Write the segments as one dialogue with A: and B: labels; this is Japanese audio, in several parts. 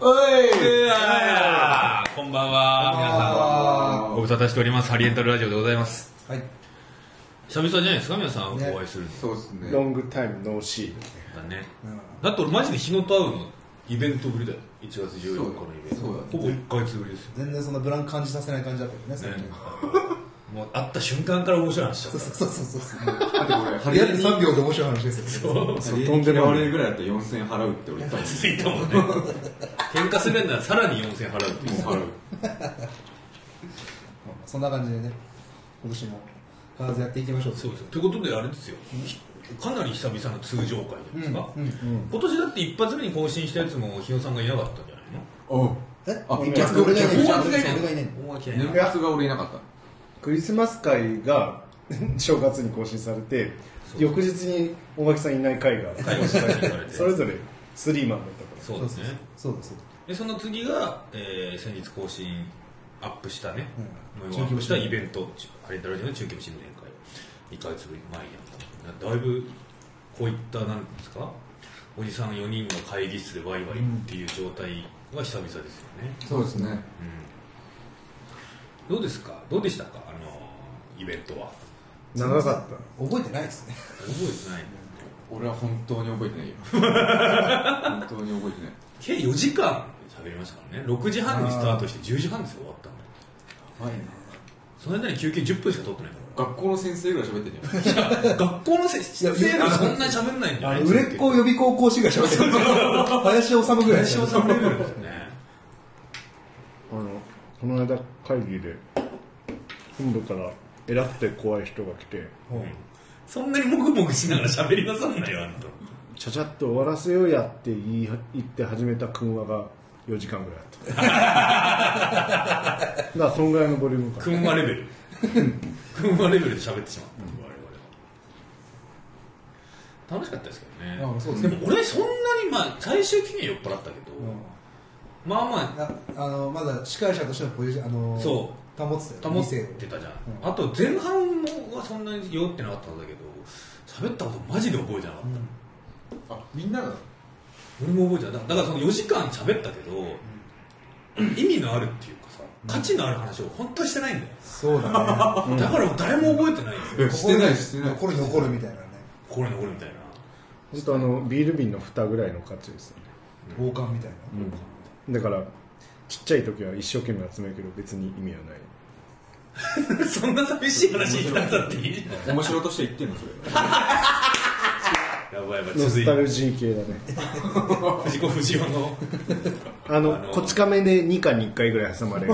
A: おいう
B: わーこんばんは、皆さん。ご無沙汰しております。ハリエンタルラジオでございます。
A: はい
B: 久々じゃないですか、皆さん、お
A: ね
B: 会いするん
A: そうですね
C: ロングタイムノーシー
B: だね。だって俺、マジで日野と会うの、イベントぶりだよ。1月14日のイベント。
A: そう
B: ほ
A: だね
B: ぼ1ヶ月ぶりですよ。
A: 全然そんなブラン感じさせない感じだったよね最近
B: ねもう会った瞬間から面白い話しちゃっ
A: そうそうそうそう
D: だってこれ、ハリ
A: リ
D: エ
A: ア
D: ン
A: ル
D: に
A: 3秒で面白い話ですよね
C: そう
D: と
C: と
D: ん
C: ん
D: で
C: で
D: も
C: も
D: な
C: ないい
D: ぐらいだったら4000円払うって俺言ったもん
B: た。ついたもんね。喧嘩するんならさらに4000払うっていう。
D: もう払う
A: そんな感じでね今年も必ずやっていきましょう
B: そうですよ。ということで、あれですよ。かなり久々の通常会じゃないですか。今年だって一発目に更新したやつも、日野さんがいなかったんじゃないの
D: おう
A: え
D: あ
A: 逆俺がいな
D: 逆
A: い逆俺がいない
B: 大脇
D: 年末が俺いなかった
C: クリスマス会が 正月に更新されて翌日に大垣さんいない会が
B: 会話したり言われて。
C: それぞれスリーマンだったから
B: そうですね。
A: そうだそう
B: で、その次が、えー、先日更新、アップしたね、
A: うん
B: 模様をアップしたイベント、ハリエンタルラジオの中継新年会、1ヶ月ぶり前にやった。だいぶ、こういった、なんですか、おじさん4人の会議室でワイワイっていう状態が久々ですよね。
D: そうですね
B: どうですかどうでしたかあのー、イベントは。
C: 長かった
A: だ覚えてないですね
B: 覚えてないね
D: 俺は本当に覚えてないよ本当に覚えてない
B: 計4時間喋りましたからね。6時半にスタートして10時半ですよ、終わったの。
D: 怖いな
B: その間に休憩10分しか取ってないんだから。
D: 学校の先生ぐらい喋ってんじゃん
B: 学校の先生
A: いや
B: がそんなに喋んないんじゃない
A: 売れっ子予備高校師が喋ってる林修ぐらい
B: 林修さんレベルですよね。
C: あのこの間会議で本部から偉くて怖い人が来て
B: そんなにもぐもぐしながら喋りなさんなよ、あんた。
C: ちゃちゃっと終わらせようやって言い言って始めた訓話が4時間ぐらいあっただからそんぐらいのボリュームか
B: くんわレベル。くんわレベルで喋ってしまった、我々は。楽しかったですけど
A: う
B: ね。
A: んそうです
B: で
A: ね
B: も俺そんなに、まあ、最終期限酔っ払ったけど、まあま
A: なあのまだ司会者としてのポジションあの
B: そ
A: 保って
B: あ、
A: たよ
B: 保
A: ね
B: っ
A: 理性を
B: てたじゃん。あと前半はそんなに酔ってなかったんだけど、喋ったことマジで覚えてなかった。
D: あみんなが
B: 俺も覚えてないだからだからその4時間喋ったけど、意味のあるっていうかさ価値のある話を本当にしてないんだよ、
A: そうだ ね
B: だから誰も覚えてないんですよ、
D: してないしてない
A: 心に残るみたいなね
B: 心に残るみたいな
C: 本当あのビール瓶の蓋ぐらいの価値ですよね
A: 傍観みたいな
C: だからちっちゃい時は一生懸命集めるけど別に意味はない
B: そんな寂しい話になったっていい
D: 面白いとして言ってんのそれ
B: やばいやばい
C: ノ
B: 続
C: ス
B: い
C: タ
B: て
C: ルジー系だね
B: 藤子不二雄の
C: あの
B: あの
C: こち亀で2巻に1回ぐらい挟 まれる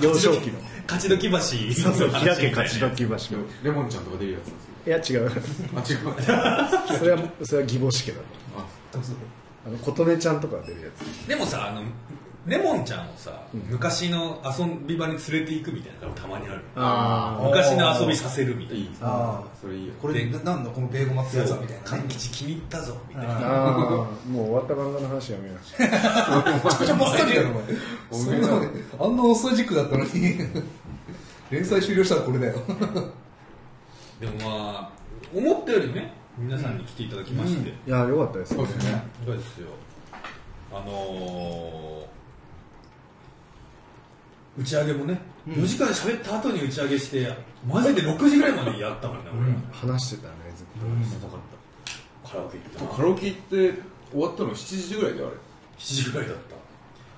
C: 幼少期の
B: 勝どき橋
C: そうそう
B: 話
C: 開け勝ち時橋の
D: レモンちゃんとか出るやつ
C: いや違う
D: なんですよあ違う
C: それはそれは義母式だと
D: あ
A: そうそう
C: あの琴音ちゃんとかが出るやつ
B: でもさあのレモンちゃんをさ、昔の遊び場に連れて行くみたいなのがたまにある
C: あ
B: 昔の遊びさせるみたいない
D: い
A: あー
D: それいいよ
A: これななんだこのベーゴマってやつはみたいな
B: 勘
A: ね
B: 吉気に入ったぞみたいな
C: あーもう終わった漫画の話やめましょう
A: めちゃくちゃバッサリだろお
D: お
A: 前そ
D: 前
A: んなのねあんな遅い時期だったのに連載終了したらこれだよ
B: でもまあ思ったよりね皆さんに来ていただきまして、
C: いやーよかったです
D: そうですね
B: そうですよあのー、打ち上げもね、4時間喋った後に打ち上げしてマジで6時ぐらいまでやったもんね、俺ら
C: 話してたねずっと
B: カラオケ行ったな
D: カラオケ行って終わったの7時ぐらいであれ
B: 7時ぐらいだった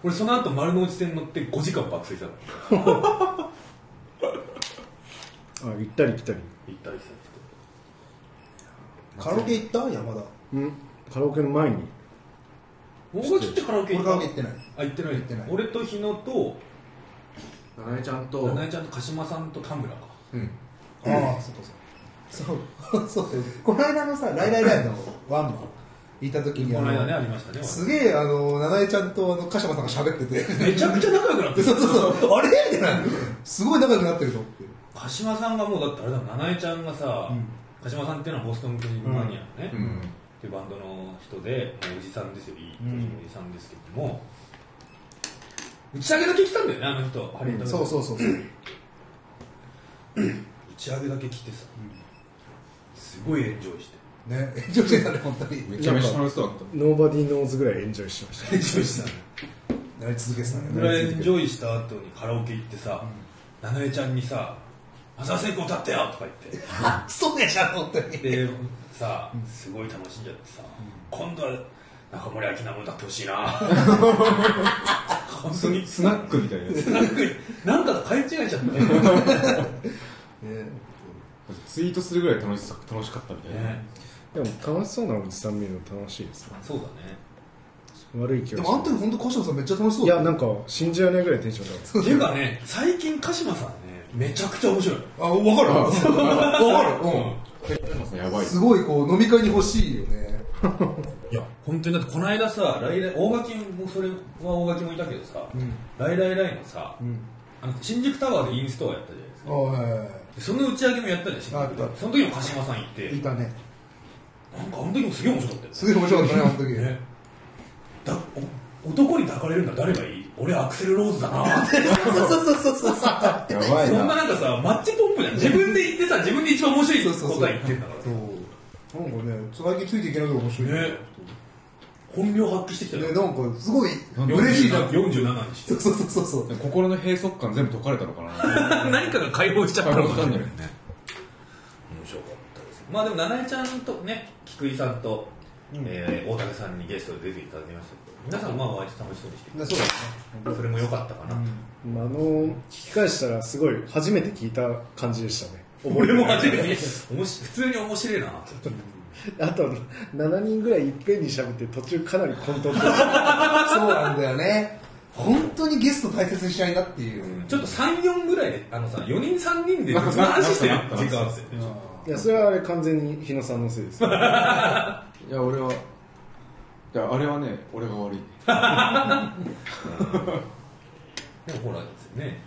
B: 俺その後丸の内線乗って5時間爆睡したの
C: あ行ったり来たり
B: 行ったりして
A: カラオケ行った山田
C: うんカラオケの前に
B: 大垣ってカラオケ行
A: 俺
B: った
A: カラオケ行ってない
B: あ行ってない行
A: ってない
B: 俺と日野と
D: ななえちゃんと
B: 七重ちゃんと鹿島さんと田村か
D: うん
A: ああそうかそうそうそうだよこの間のさ「ライライライ」のワンのいた時
B: こ
A: にあ
B: の間ねあ
A: の
B: りましたね
A: すげえあの七重ちゃんとあの鹿島さんが喋って て
B: めちゃくちゃ仲良くなって
A: で
B: る
A: そうそうそうあれみたいなすごい仲良くなってると思って
B: 鹿島さんがもうだってあれだもん七重ちゃんがさ、鹿島さんっていうのはボストン・クリームマニアのね、
D: う
B: っ
D: ん
B: ていうバンドの人でおじさんですよいいおじさんですけども、打ち上げだけ来たんだよねあの人ハリウッドの
A: そうそうそうそう
B: 打ち上げだけ来てさ、すごいエンジョイして
A: ね炎上してたね本当に
D: めちゃめちゃ楽しそうだった
C: ノーバディーノーズぐらいエンジョイしました
B: エンジョイした
A: やり続けてたね
B: ぐらいエンジョイした後にカラオケ行ってさ、ななえちゃんにさ「朝成功歌ってよ!」とか言っ
A: あそうでしょ本当に
B: てでさすごい楽しんじゃってさ、今度は中森明菜も歌ってほしいな 本当に
D: スナックみたいなやつ
B: なんかなんかと勘違いし ちゃったね
A: ね
D: ツイートするぐらい楽しさ楽しかったみたいな、
B: ね
C: でも楽しそうなおじさん見るの楽しいですね
B: そうだね
C: 悪い気
A: で
C: が
A: もあの
C: し
A: 時本当古生さんめっちゃ楽しそう
C: い
A: だ
C: やなんか信じられないぐらいテンション高い
B: っていうかね最近鹿島さんねめちゃくちゃ面白い
A: あ分 かる分かるうん
D: やばい
A: すごいこう飲み会に欲しいよね
B: いや本当にだってこの間さライライ大垣もそれは大垣もいたけどさ、ライライライのさ、あの新宿タワーでインストアやったじゃないですか
A: はい
B: でその打ち上げもやったじゃん新宿
A: あやった
B: でその時も鹿島さん行って
A: いたね
B: なんかあの時もすげえ面白かったよ
A: すごい面白かったねあの時
B: ねだお男に抱かれるんだ誰がいい俺アクセルローズだなそ
A: そうそうそうそうそう
D: やばい
B: んな
D: な
B: なんかさマッチポンプじゃん自分で言ってさ自分で一番面白い
A: そうそうそう
B: 答え言ってんだから
A: そうなんかね最近ついていけないとこ面白い
B: ね本領発揮してきた
A: ね
B: よ、
A: なんかすごい
D: ね
A: 嬉しいな
B: 47にして
A: そうそうそうそうそう
D: 心の閉塞感全部解かれたのかな
B: 何かが解放しちゃった
D: 解
B: の
D: 放したんだよね
B: 面白かったですまあでも七重ちゃんとね菊井さんと、えー大竹さんにゲストで出ていただきましたけど皆さんまあ割と楽しそうにして
A: ねそうだね
B: それも良かったかな、
C: まああの聞き返したらすごい初めて聞いた感じでしたね
B: 俺も初めておもし普通に面白い な
C: あと7人ぐらいいっぺんに喋って途中かなり混沌として
A: そうなんだよね本当にゲスト大切にしないなっていう、
B: ちょっと34ぐらいであのさ4人3人で
D: なんか
B: 別の話してる
D: なんか
B: 時間あって
C: いやそれはあれ完全に日野さんのせいで
D: い
C: す
D: や俺はいやあれはね俺が悪い
B: でもほらですね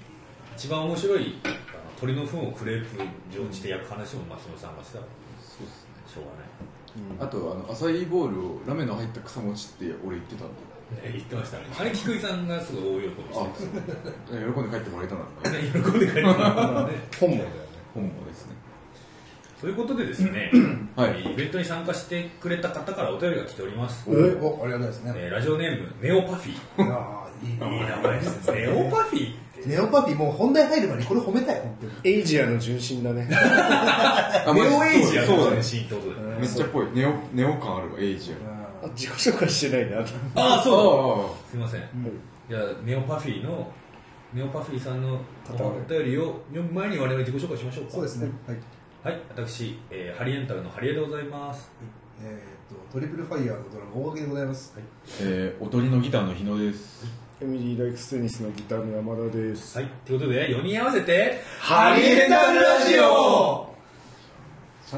B: 一番面白いあの鳥の糞をクレープ状にして焼く話も松本さんがしてたから
D: そうっすね
B: しょうがな
D: あ
B: い
D: とあのアサイーボールをラメの入った草餅って俺言ってたん
B: ね言ってましたねあれ菊井さんがすごい大喜びし
D: で
B: て
D: あ喜んで帰ってもらえたならね
B: る喜んで帰ってもらったね
C: 本望だよね
D: 本望ですね
B: ということでですね、
D: はい
B: イベントに参加してくれた方からお便りが来ております、
A: おおありがたいですね、
B: えーラジオネームネオパフィー
A: いやーいい
B: いい名前ですねネオパフィーって
A: ネオパピもう本題入る前にこれ褒めたい本当に
C: エイジアの純真だね
D: あ
B: ネオエイジア
D: そうだね
B: 新ってことで、
D: めっちゃっぽいネオネオ感あるわエイジア
C: あ自己紹介してないな
B: ああ
D: あ
B: そう
D: あ
B: だすいません、じゃあネオパフィーのネオパフィーさんの
A: 片割
B: お便りを読む前に我々自己紹介しましょうか
A: そうですね、はい
B: はい私、えーハリエンタルのハリエでございます
A: えーっとトリプルファイヤーのドラマ大垣でございます、はい、
D: えー、おとりのギターの日野です
C: エミリー・ライクステニスのギターの山田です、
B: はいということで4人合わせて
C: ハリエンタルラジオ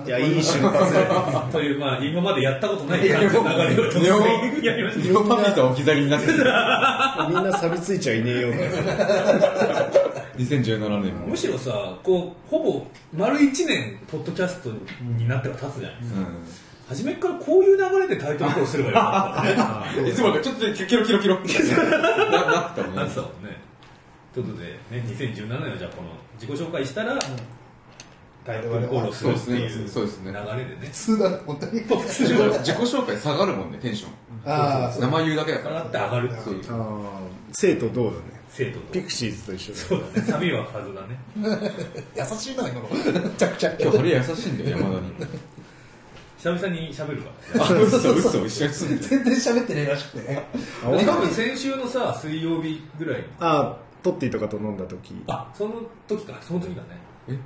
C: いやいい瞬間だよ
B: という、まあ、今までやったことない感じの流れを突然やりまし
D: ネオパピーさん置き去りになってる
C: みんな錆びついちゃいねえよ
D: 2017年
B: た
D: も
B: むしろさこうほぼ丸1年ポッドキャストになってから経つじゃないですか、
D: う
B: 初めからこういう流れでタイトルコールすればよかったもんね
D: んいつもかちょっとキロキロキロななってたもん
B: な
D: ね
B: ってたもんねということで、ね、2017年はじゃあこの自己紹介したら、タイトルコールをするっていう
D: そうですね
B: 流れでね
A: 普通だ本当に
D: 自己自己紹介下がるもんねテンション
A: ああそう
D: 名前言うだけだか
B: 上
D: ら
B: がって上がるって
D: そ
B: いうう
C: あ生とどうだね
B: 生徒
C: ピ
B: と
C: クシーズと一緒だ
B: そうだねサビは数だね
A: 優しいな今の めちゃくちゃ
D: 今日ハリ優しいんだよ山田に
B: 久々に喋るから
D: あ嘘嘘一緒に住んで
A: 全然喋ってねえらしくて
C: あ音
B: 多
C: 楽
B: 分先週のさ水曜日ぐらいに
C: あトッティとかと飲んだ時
B: あその時かその時だね
D: え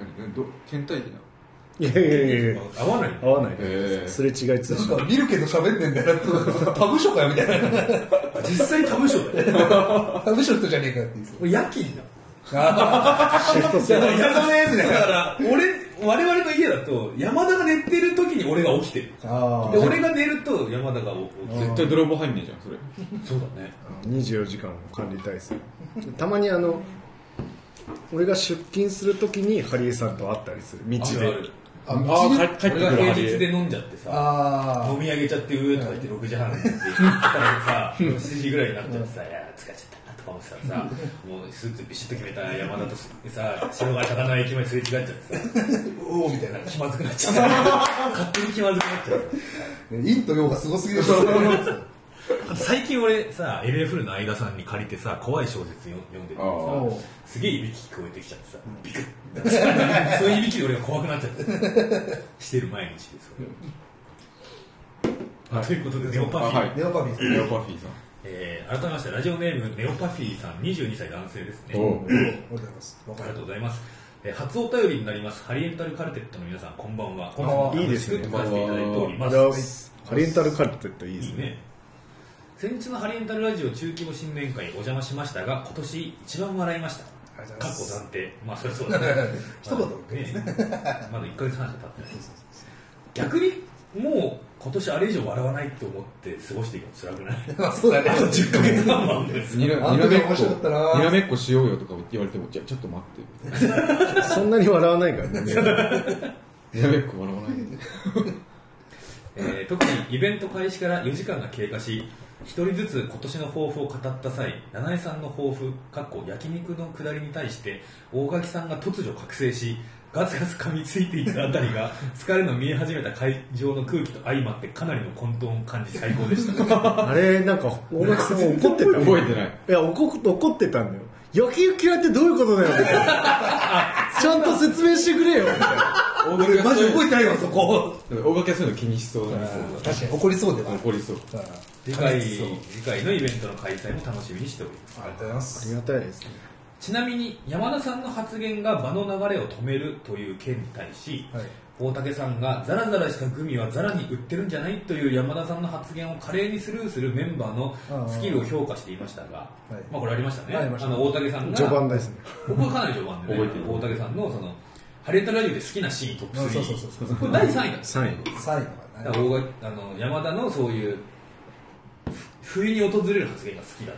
D: 何何ど倦怠期ない
C: やいやいやいや
B: 合わない
C: 合わない
D: へえ
C: すれ違い通
A: なん
C: 信
A: か見るけど喋ってんだよなタブ書かよみたいな
B: 実際他部署だ よ
A: タブ書とじゃねえかって言うんですよ
B: 俺夜勤だ
C: シフト制
B: だから俺我々の家だと山田が寝てる時に俺が起きてる
A: あ
B: で俺が寝ると山田が起きてる
D: 絶対泥棒犯人じゃんそれ
B: そうだね
C: 24時間の管理体制たまにあの俺が出勤するときにハリエさんと会ったりする道
B: あ
C: で
B: るある
A: あ
D: あ
A: あ
D: あ帰って
B: 俺
D: く
B: が
D: る
B: 平
D: ハ
B: 日
D: リ
B: で
D: エ
B: 飲んじゃってさ
A: あ
B: 飲み上げちゃってうーとか言って6時半になって行ったらさ7時ぐらいになっちゃってさ「いやー疲れちゃったな」とか思ってたらさもうスーツビシッと決めた山田とさ篠原高輪駅前すれ違っちゃってさ
A: おおみたいな
B: 気まずく なっちゃった勝手に気まずくなっちゃった
A: 陰と陽がすごすぎる
B: あと最近俺さ LFL の相田さんに借りてさ怖い小説読ん読んでて
D: あー
B: さ
C: おう
B: すげえいびき聞こえてきちゃってさビクッそういういびきで俺が怖くなっちゃってしてる毎日です俺はあということでネオパフィー、
D: あはい
A: ネオパフィーさん
D: レオパフィーさん
B: えー改めましてラジオネームネオパフィーさん22歳男性ですね
D: おう
A: ありがとうございます。わ
B: あ
A: か
B: りが
A: る
B: とうございます。えー初お便りになります、ハリエンタルカルテットの皆さん、こんばんは。こんばん
A: あー
C: いいですね
B: よろしくおせていただいておりま
C: い
B: す。
C: やハリエンタルカルテットいいです
B: いい
C: ね
B: ね。先日のハリエンタルラジオ中規模新年会お邪魔しましたが、今年一番笑いました。
A: ありがとうござ
B: かっ
A: い
B: こ
A: ます。
B: 暫定。まあ、それそうだね
A: 一言
B: まだね。まだ1ヶ月半しか経ってない。逆に、もう今年あれ以上笑わないと思って過ごしていくの辛くない
A: まあそうだね。
B: あと10ヶ 月半もあるんです。
D: にら
A: あの
D: にら
A: 時
D: めっ
A: 面白かったな
D: こにらめっこしようよとか言われてもじゃちょっと待って
C: そんなに笑わないからね
D: にらめっこ笑わないで
B: えー特にイベント開始から4時間が経過し一人ずつ今年の抱負を語った際七重さんの抱負かっこ焼肉のくだりに対して大垣さんが突如覚醒しガツガツ噛みついていたあたりが疲れの見え始めた会場の空気と相まってかなりの混沌を感じ最高でした
C: あれなんか大垣さんも怒ってた
D: 覚えてない
C: いや怒怒ってたんだよ焼き肉嫌いってどういうことだよみたいな ちゃんと説明してくれよみたいな
A: 俺マジ覚えてないわそこ。
D: でも大掛けそういうの気にしそうだね
A: 確かに怒りそうではある。
D: 怒りそう
A: うんあ
B: 次回
A: そう
B: 次回のイベントの開催も楽しみにしております
A: りがとうございま
C: あり
A: す。
C: がたいですね
B: ちなみに山田さんの発言が場の流れを止めるという件に対し、
A: はい
B: 大竹さんがザラザラしたグミはザラに売ってるんじゃないという山田さんの発言を華麗にスルーするメンバーのスキルを評価していましたが、
A: い
B: まあこれありましたね。
A: ありました
B: の大竹さんが
C: 序盤ですね
B: 僕はかなり序盤でね
D: 覚えて、る
B: 大竹さんのそのハリエットラジオで好きなシーントップ3。
A: そうそうそうそう
B: これ第3位だったんです
C: 3位
A: 最
B: だ
A: 後はね
B: から大垣あの山田のそういうふ不意に訪れる発言が好きだ、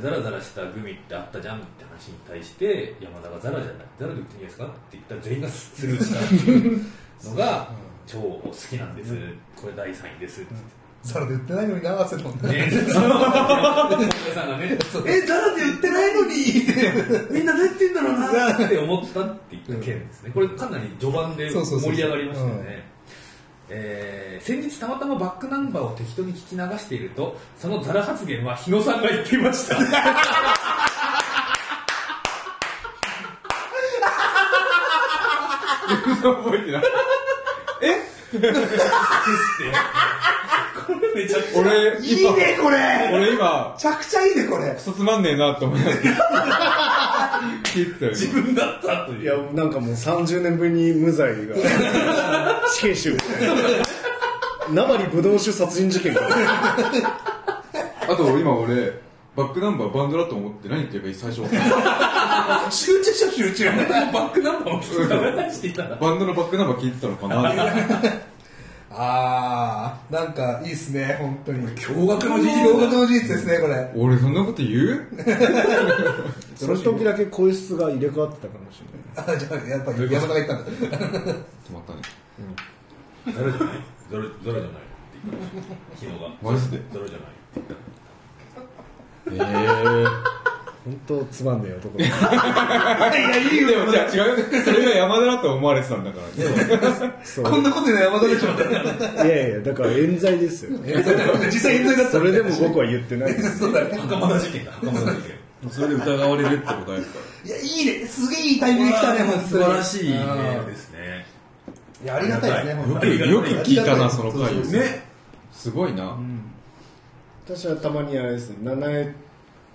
B: ザラザラしたグミってあったじゃんって話に対して山田がザラじゃないザラで売ってるんですかって言ったら全員がスルーしたっていうのが超好きなんです、これ第3位ですって
A: ザラで売ってないのに流せるもん ね。
B: 言って、ね、その大竹さんがね
A: え、ザラで売ってないのにって。
B: みんな絶対言うんだろうなって思ったって言った件ですね、これかなり序盤で
A: そうそうそう
B: 盛り上がりましたよ
A: うん
B: ねえー先日たまたまバックナンバーを適当に聞き流しているとそのザラ発言は日野さんが言ってい ました
D: 覚えてない
B: これめちゃくちゃ
D: 俺
A: いいね、これ
D: 俺今
A: めちゃくちゃいいね、これ
D: ク。ソつまんねえなと思って聞いてたよ
B: 自分だったという
C: いやなんかもう30年ぶりに無罪 が死刑囚みたいな名張ブドウ酒殺人事件から
D: あと今俺バックナンバーバンドだと思って何言ってるか最初
A: 集中しよう、集中。
B: バックナンバーを聞き流していたら
D: バンドのバックナンバー聞いてたのかな
A: あー、なんかいいっすね、本当に。
B: 驚愕の事実
A: 驚愕の事実ですね、これ。
D: 俺そんなこと言う
C: その時だけ声質が入れ替わってたかもしれない
A: あ、じゃあ、やっぱり山田が言ったんだ。
D: 止まったね
B: ザラじゃないザラザラじゃないって言った日野が
D: マジで
B: ザラじゃないって言った
D: ええ
C: 本当つまんねえ男
D: い やいいよじゃあ違うよそれが山田だと思われてたんだからね
C: そう
A: こんなこと言うの山田でしょ。
C: いやいやだから冤罪ですよ
A: 実際冤罪だった
C: それでも
A: 僕
C: 僕は言ってないです
A: そうだね。
B: 袴田事件だ袴田事件
D: それで疑われるって答えですか
A: いや、いいね。すげえいいタイミングで来たね、本当に
B: 素晴らしい
A: うん
B: メールですね
A: いや、ありがたいですね、本
D: ら
A: 当に。
D: よくよく聞いたなその
A: そう
D: 回
A: そうそうね
D: すごいな
C: 私はたまにあれですね七重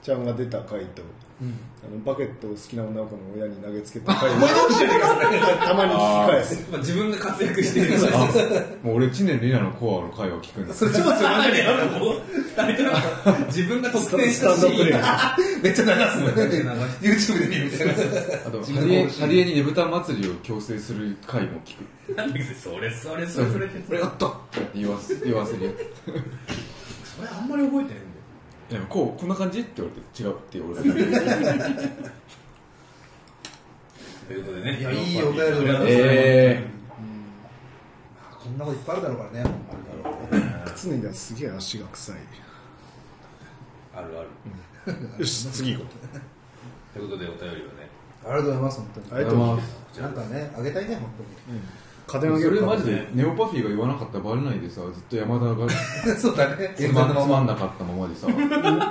C: ちゃんが出た回と、あのバケットを好きな女の子の親に投げつけた回をたまに聞き返す
B: まあ自分が活躍してる
D: あもう俺知念里奈のコアの回を聞くんだ
A: それ超強い
B: なんでやるの誰となく自分が得点し
C: スタ
B: た
C: ン
B: シ
C: ドプレ
B: ーン
C: ー
A: めっちゃ流すね
B: 流。
A: YouTube で見るみたいな。
D: あとハリエハリエにねぶた祭りを強制する回も聞く
B: なんでそれそれそれそれ
D: 俺やったって言わせ言わせるやつ
B: それあんまり覚えてないんだよ
D: いやこうこんな感じって言われて違うって俺だけ
B: ということでね
A: いやいいお便りだな
B: ありがとうございます
D: え
A: こんなこといっぱいあるだろうからね。
C: 靴脱いだらすげえ足が臭い
B: あるある
C: よし次行こと
B: いうことでお便りはね
A: ありがとうございます、本当
C: う
A: に。
C: ありがとうございま
B: こち
A: な
B: ら
A: ん
B: です
A: かね、あげたいね、本当に。
C: 金あげ
D: そ
C: る
D: れ
C: か
D: マジでネオパフィーが言わなかったらバレないでさずっと山田が
A: そうだね
D: つまつまんなかったままで さ
C: み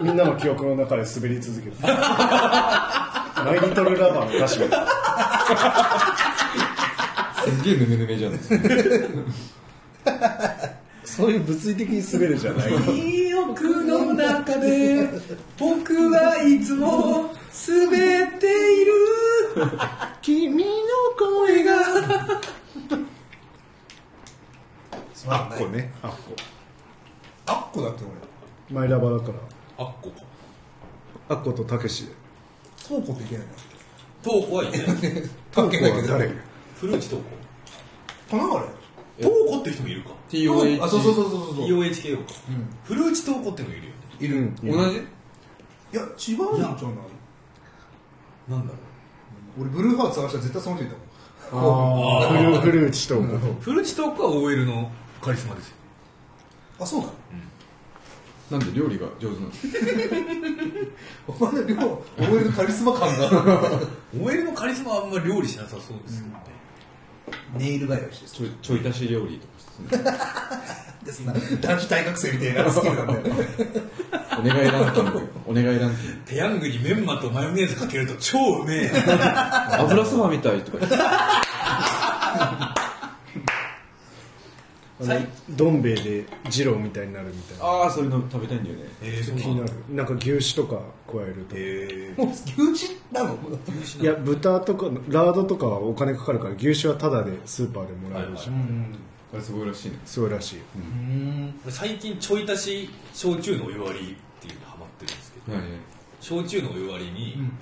C: みんなの記憶の中で滑り続けるマイリトルラバーの歌詞が
D: すっげえヌメヌメじゃないですか
C: そういう物理的に滑るじゃない
B: 記憶の中で僕はいつも滑っている
C: 君の
B: 声が
A: あっこね
C: あこ
A: あっこだって
C: マイラバだから
B: あっこか
C: あっことたけし
A: 俺トーコっていけないの
B: トーコはいけない
A: 関係ないけど
C: 誰
B: 古内トーコ
A: 田中あれ
B: トーコって人もいるか
D: TOH
A: あそうそうそうそうそう
B: EOHKO か、古内トーコってのいるよね
A: いる
D: 同じ
A: いや違うんじゃ
B: な
A: ない
B: んだろう
A: 俺ブルーハーツ探したら絶対その人いたもん
C: ああフルフルーチと
B: 古内トーコは OL のカリスマですよ
A: あそうだ
D: なんで料理が上手なんですか
A: お前の量俺のカリスマ感が
B: OL のカリスマはあんま料理しなさそうですよね、
A: ネイル返しです
D: ちょいちょい足し料理とかっすね
A: ですな男子大学生みたいなスキルなんだよ
D: お願いランキングお願いランキング
B: ペヤングにメンマとマヨネーズかけると超うめえ
D: 油そばみたいとか言って
C: あのどん兵衛で二郎みたいになるみたいな
D: ああそれの食べたいんだよね
B: えー、
C: 気
B: そう
C: に
B: な
C: なん
B: だ
C: るなんか牛脂とか加えると
B: え
A: もう牛脂なの
B: ー、
C: いや豚とかラードとかはお金かかるから牛脂はタダでスーパーでもらえるし、
B: は
D: あれすごいらしいね
C: そうらしい、
A: うん
B: 俺最近ちょい足し焼酎のお湯割りっていうのハマってるんですけど
D: はい
B: 焼酎のお湯割りに
A: ん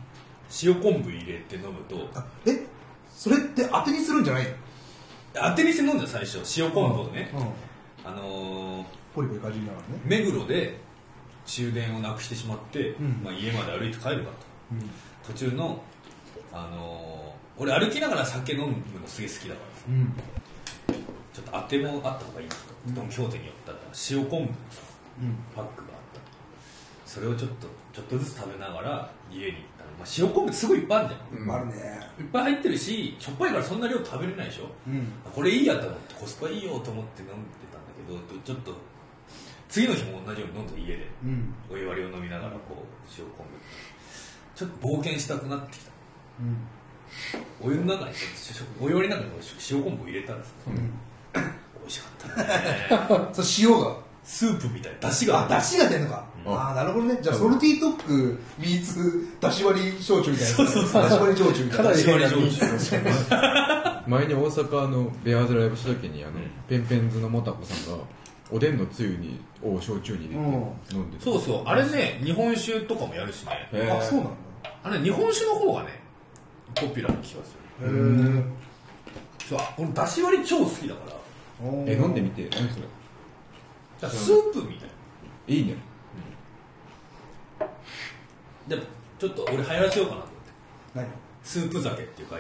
B: 塩昆布入れて飲むと、
A: あえそれって当てにするんじゃない
B: 当てにして飲んだ最初塩昆布をね、
A: うん
B: あのー
A: ポリポリかじりながらね
B: 目黒で終電をなくしてしまって、
A: ん
B: まあ、家まで歩いて帰るか
A: うん
B: と途中の、あのー俺歩きながら酒飲むのすげえ好きだからさ
A: うん
B: ちょっと当てもあった方がいいなと、ドン・キホーテに寄ったら塩昆布のさ
A: うん
B: パックがあったそれをちょっとちょっとずつ食べながら家に行ったの、まあ、塩昆布すごいいっぱいあるじゃん
D: うん
A: あるね
B: いっぱい入ってるししょっぱいからそんな量食べれないでしょ
A: うん
B: これいいやと思ってコスパいいよと思って飲んでたんだけどちょっと次の日も同じように飲んで家で
A: うん
B: お湯割りを飲みながらこう塩昆布ちょっと冒険したくなってきた
A: う
B: お
A: ん
B: 湯の中にちょっとお湯割りの中に塩昆布を入れたんですね、
D: ん
B: 美味しかったね
A: そう塩が
B: スープみたいな出汁
A: あ
B: が
A: 出汁が出るのか
D: うん
A: ああなるほどねじゃあソルティートックミーツ出汁割り焼酎みたいなそうそうそう出汁割り焼酎みたいな
B: 出汁割り
A: 出
B: 上手
D: 前に大阪のベアーズライブした時にあの、
B: うん
D: ペンペンズのもたこさんがおでんのつゆにを焼酎に入れて飲んでた
B: そうそうあれね日本酒とかもやるしね
A: 汁
D: へー
A: あそうなんだ
B: あれ日本酒の方がねポピュラーな気がする
A: へー
B: そうあこの出汁割り超好きだからだか
A: おー
D: え飲んでみて何それ
B: らスープみたいない
D: いね
B: でもちょっと俺流行らせようかなと思って
A: 何
B: スープ酒っていうか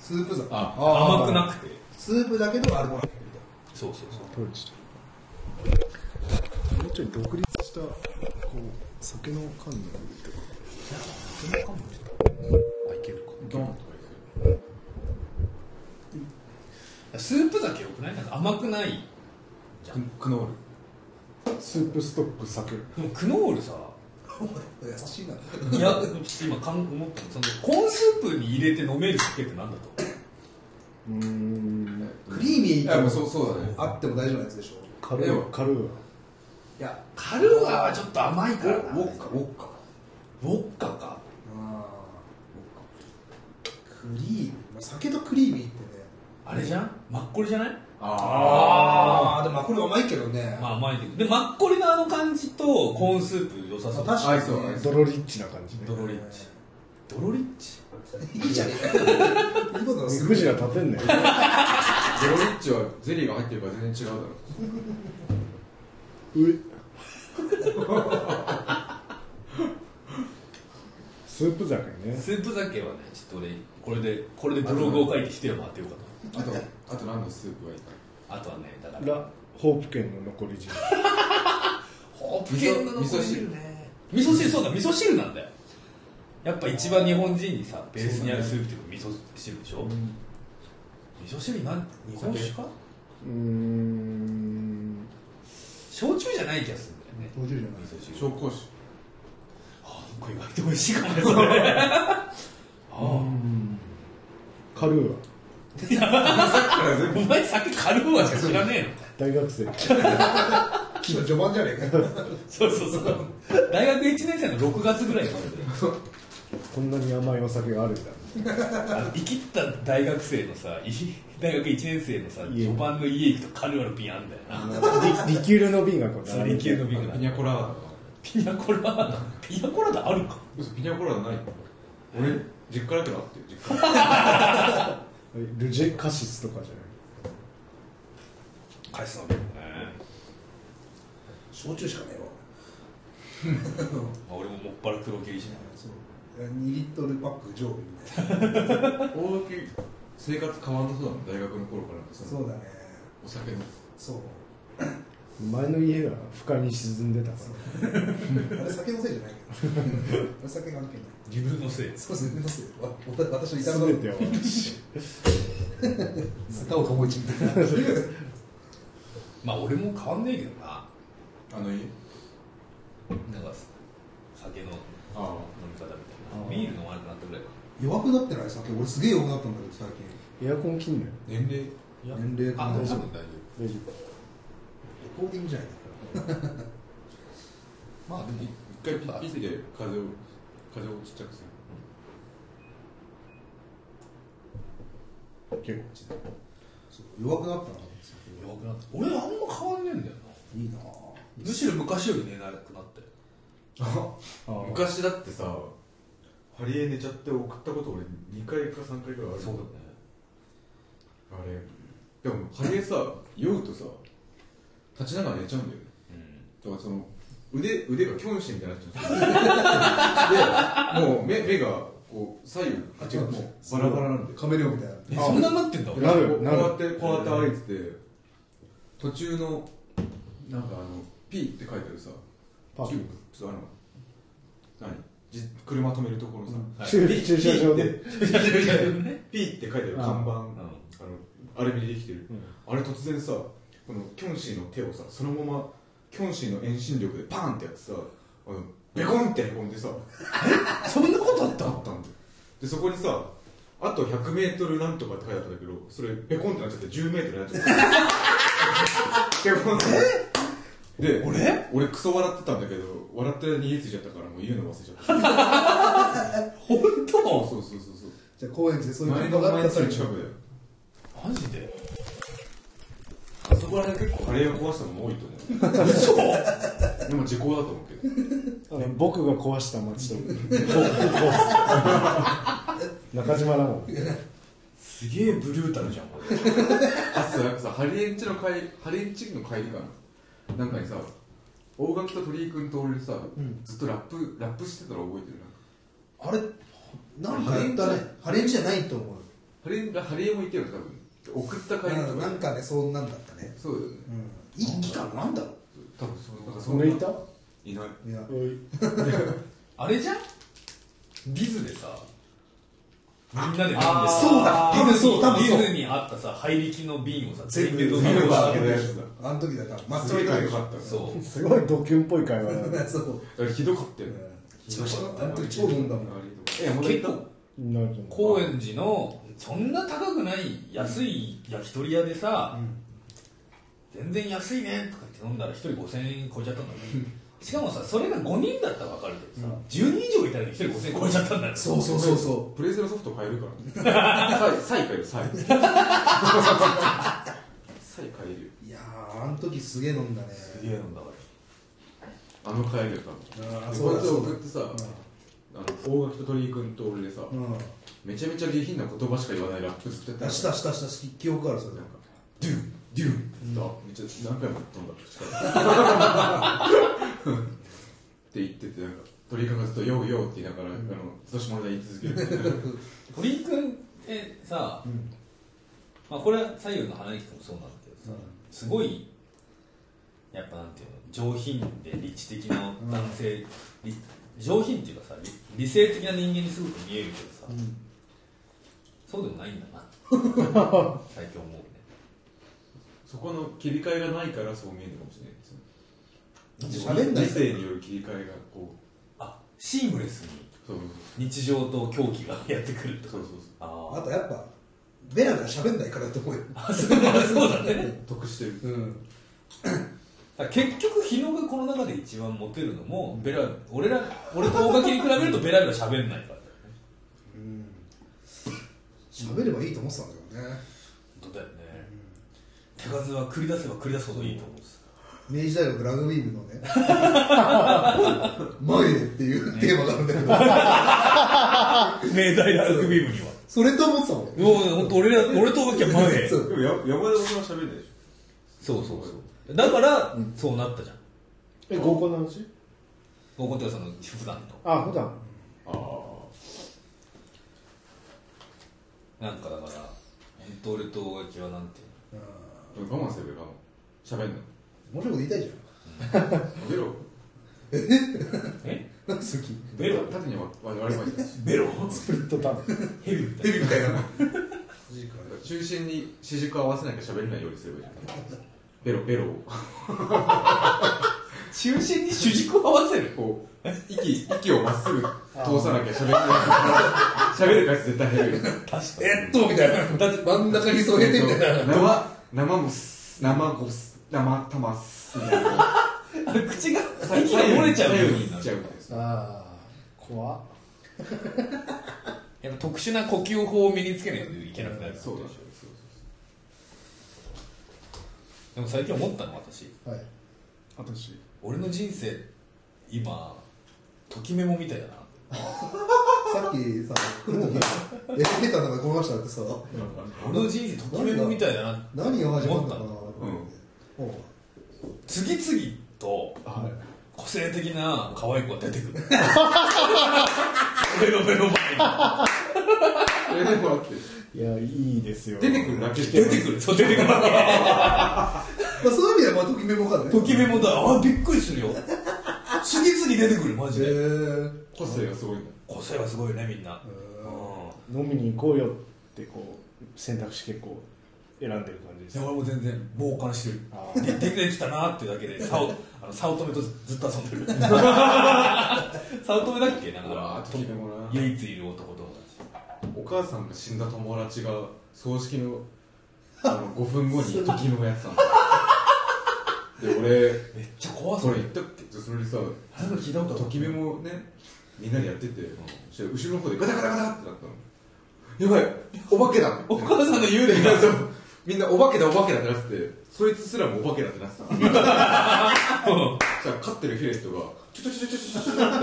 A: スープ酒
D: あ
B: 甘くなくて
A: スープだけどアルコール入ってるみたい
B: そうそうそう
C: トイレちょっともうちょい独立したこう酒の缶の
B: あいけるか
D: ドンとか
B: スープ酒よくないなんか甘くない
D: 言ってクノール
C: スープストック酒
B: でもクノールさ
A: な優しいない
B: やちょっと今かん思ったのそのコーンスープに入れて飲める酒ってなんだと
C: うーん
A: クリーミ
D: い
A: ー
D: やもうそうそうだね
A: あっても大丈夫なやつでしょ
C: カルーアカルー
A: いや
B: カルーアはちょっと甘い
A: ウ
B: からな
A: ォッカウォッカ
B: ウォッカか
A: あークリーミーまあ酒とクリーミーってね
B: あれじゃんマッコリじゃない
A: ああでもまあこれ甘いけどね
B: まあ甘いけどでマッコリのあの感じとコーンスープ良さそう
A: まあ確か
D: 合
A: に
D: いそう合いそ
C: ドロリッチな感じね
B: ドロリッチドロリッチ
A: いいじゃねえかいいことはする
C: 藤が立てんね
D: ゼロリッチはゼリーが入ってるから全然違うだろ
C: うえスープ酒ね
B: スープ酒はねちょっと俺これでこれでブログを書いてきてよ回ってようか
D: あとあと何のスープがいいか
B: なあとはねだから
C: ラ・ホープ県の残り汁
B: ホープ
D: 味
B: 系
D: 噌
B: の
D: 味噌汁
B: ね味噌汁そうだ味噌汁なんだよやっぱ一番日本人にさベースにあるスープっていうか味噌汁でしょ、味噌汁なん日本酒か
C: うーん
B: 焼酎じゃない気がするんだよね
A: 50じゃない
B: 味噌汁
D: 紹興酒
B: あなんか意外と美味しいかもねそれああ
C: カルーア
B: お前さっきカルーアしか知らねえの
C: 大学生
A: 昨日序盤じゃねえ か
B: そうそうそう大学1年生の6月ぐらいに
C: こんなに甘いお酒があるんだ
B: あの生きった大学生のさい大学1年生のさ
C: 家
B: 序盤の家行くとカルーアの瓶あんだよな
C: リリキュールの瓶がこれ
B: その勢いの瓶が
D: ピニャコラーダ
B: ピニャコラーダピニャコラーダあるか
D: 嘘ピニャコラーダない俺実家だけどあってよ実家
C: ルジェカシスとかじゃない
B: 返すのね
A: 焼酎しかねえわ
B: あ俺ももっぱら黒切りしない
A: そう2リットルパック常備みたいな
D: 大垣生活変わんなそうだもん大学の頃からその
A: そうだね
D: お酒の
A: そう
C: 前の家が深に沈んでたか
A: あれ酒のせいじゃないけどあれ酒関係ない
B: 自分のせい
A: そうですね、せいわ 私の
C: ら
A: 痛
C: 全
A: み
C: て
A: だ
C: は
A: 坂尾智一みたいな
B: まあ俺も変わんねえけどな
D: あの家
B: なんか酒の飲
D: ああ
B: み方みたい
C: あ
B: な
C: ー
B: ビール飲まなくなったぐらいか
A: 弱くなってない酒俺すげえ弱くなったんだけど最近
C: エアコン切んのよ
D: 年齢
B: いや
A: 年齢か
B: あ
A: な
B: でも
A: レ
B: 多分大丈
C: 大丈
A: コーディングじゃない
B: 夫まあでも
D: い一回ピッピッて風を風をちっちゃくする
C: 夫結構
A: そう弱くなったな
B: 弱くなった俺あんま変わんねえんだよ
A: いいな
B: なむしろ昔より寝なくなって
C: ああ
D: 昔だってさハリエ寝ちゃって送ったこと俺2回か3回ぐらいあるあれでもハリエさ酔うとさ立ちながら寝ちゃうんだよね
B: だね
D: だからその腕腕がキョンシーみたいになっちゃうんですよでもう目目がこう左右あ違うもうバラバラなんで
A: カメレオンみたいな
B: うんえそんなになってんだ
C: あなるなる
D: こうやってこうやって歩いてて途中のなんかあの P って書いてあるさ
C: パー
D: キューそうあの何じ車止めるところさ、
C: 駐駐車場
D: P
C: で
D: ってピーって書いてある
C: ああ
D: 看板あの
B: ん
D: アルミでできてる、
C: うん
D: あれ突然さこのキョンシーの手をさそのままキョンシーの遠心力でパーンってやってさあのベコンってへこんでさ
B: そんなことあ
D: だ
B: っ
D: ったんだよでそこにさあと 100m なんとかって書いてあったんだけどそれベコンってなっちゃって 10m になっちゃった ベコンってで
B: 俺
D: 俺クソ笑ってたんだけど笑ってる間に家ついちゃったからもう言うの忘れちゃった
B: 本
D: そう
B: 当
D: そうそうそうそう
A: じゃあ高円寺でそういう
D: 前
A: 感
D: の
A: 動があ
D: 前
A: った
D: の
A: 際
D: 近
A: に
D: くだよ
B: マジであそこら辺結構
D: カレーを壊したのも多いと思
B: 嘘
D: うでも時効だと思うけど
C: あの僕が壊した街と僕が壊す中島なもん
B: すげえブリュータルじゃん
D: あそうなんかさハリエンチの帰りハリエンチの帰りかななんかにさ大垣と鳥居君と俺でさ、ずっとラップラップしてたら覚えてるな
A: あれなんかやったねハレンチじゃないと思う
D: ハリエハリエもいたよね多分送った帰りとか
A: なんかねそんなんだったね
D: そうだよね
A: うん一気かななんだろ
D: 多分そうなんか
C: そのいた
D: いない
A: いや
C: おい
B: あれじゃんディズでさみんなで飲んでさ
A: そうだ多分そう多分そう
B: ディズにあったさ入り気の瓶をさ
A: 全部
B: 飲み
A: 飲み
B: 干
A: 干
B: し
A: してて
D: あ
A: る
D: のやつだ
A: あの時だから抹
D: す
A: 茶
D: げえ
A: みたい
D: よ
A: な
D: かった
B: そう
C: すごいドキュンっぽい会話だね
A: そう
D: だからひどかったよね
A: 調子乗ったあの時超飲んだもん
D: え山田
B: 結
D: 行った
B: 構
C: なるほ
B: 高円寺のそんな高くない安い焼き鳥屋でさ、全然安いねとか言って飲んだら1人5000円超えちゃったんだねしかもさそれが5人だったら分かるけどさ、10人以上いたら1人5000円超えちゃったんだよ
A: そうそうそうそ
D: プレゼンソフト買えるからねサイサイ買えるサイサイ買えるよ
A: ういやーあの時すげえ飲んだね
B: すげえ飲んだから
D: あの買えるよ
A: あ
D: 多
A: ー
D: 分で
A: そう
D: こい
A: だ
D: つ
A: そうだ
D: 送ってさあの大垣と鳥居君と俺でさ
A: うん
D: めちゃめちゃ下品な言葉しか言わないラップ作ってた
A: 出したしたしたし記憶あるそれ
D: なんかドゥンドゥンってさめっちゃ何回も飛んだ力って言っててなんか鳥居君がずっと「ヨーヨー」って言いながら、あのずっと下ネタ言い続けるみたいな
B: 鳥居君ってさ、まあ、これは左右の花木君もそうなんだけどさ、すごいやっぱなんていうの上品で理知的な男性、理上品っていうかさ理理性的な人間にすごく見えるけどさ、そうでもないんだ な最近思うね
D: そこの切り替えがないからそう見えるかもしれないですね
A: 喋んない
D: 理性による切り替えがこう
B: あシームレスに
D: そう
B: 日常と狂気がやってくるって
D: そ
B: こ
D: うそうそ
B: と
D: うそう
B: あ
A: あ
B: あ
A: とやっぱベラベラ喋んないからだと思うよ
B: そうだね
D: 得してる
A: うん
B: だから結局日野がこの中で一番モテるのもベラ俺ら俺と大垣に比べるとベラベラ喋んないからだよね
A: 喋ればいいと思ってたんだけどね
B: 本当だよね手数は繰り出せば繰り出すほどいいと思うんです
A: 明治大学ラグビー部のね 前へっていうテーマがあるんだけど
B: 明大ラグビー部には
A: それと思ってたもん
B: もう本当俺ら俺と大垣は前へ
A: そ
B: そうう
D: でもや山田さんは喋んないでし
B: そうそうだから、そうなったじゃん
C: え合コンの話
B: 高校っていうかその普段の
C: あ普段
D: ょ
B: なんかだから本当俺と大垣はなんていう
D: あ
B: の
D: あ我慢すれば我慢喋んない
A: 面白いこと言いたいじゃん
D: ベロ
B: え
A: 何好き
B: ベロ
D: 縦に割れました
B: ベロ
C: スプリットタウン
B: ヘビみたい
A: ヘビみたいな
D: 中心に四軸を合わせなきゃ喋れないようにすればいいじゃんベロベロを
B: な中心に主軸を合わせる
D: こう息息をまっすぐ通さなきゃ喋れない喋る回数絶対減る
B: 確か
A: えっとみたいな
B: だって
A: 真ん中に添えてみたいな
D: 生生もす生ごす生たますみたいな
B: あの口が息が漏れちゃうようにな
D: ちゃう
B: る
D: んです
A: あ
C: 怖っ
B: やっぱ特殊な呼吸法を身につけないといけなくなる
D: そうでしょ
B: でも最近思ったの私
A: あはい
C: 私
B: 俺の人生今ときメモみたいだな
A: さっきさ来る時エレベーターの中で転がしたってさ
B: 俺の人生ときメモみたいだな
A: 何が始まったのかなと思って
B: 次々と個性的な可愛い子が出てくるベロベロ前
D: それでもあって
C: いやいいですよ
D: 出てくるだけ
B: に出てくるそう出てくる
A: まあそういう意味ではまあときめもかね
B: ときメモだあびっくりするよ次々出てくるマジ
A: へ
B: で
A: ー
D: 個性がすごいんだ
B: 個性はすごいねみんな
C: 飲みに行こうよってこう選択肢結構選んでる感じで
B: い
C: す
B: や俺も全然傍観してる
C: あ
B: で出てきたなっていうだけで早乙あの早乙女とずっと遊んでる 早乙女だっけなん
D: うわ
B: か
D: ーときめもな
B: 唯一いる男と
D: お母さんが死んだ友達が葬式のあの5分後にときめもやっ てたんだで俺
B: めっちゃ怖そ
D: それ
B: れ
D: 言ったっけそれでさ
B: なんか聞いたことある
D: ときめもねみんなでやってて、そしたら後ろの方でガタガタガタってなったのやばいお化けだ
B: お母さんの
D: みん
B: 幽霊
D: な
B: が
D: そうみんなお化けだお化けだってなっててそいつすらもお化けだってな ってたのそしたら飼ってるフィレットがちょちょちょちょちょちょっ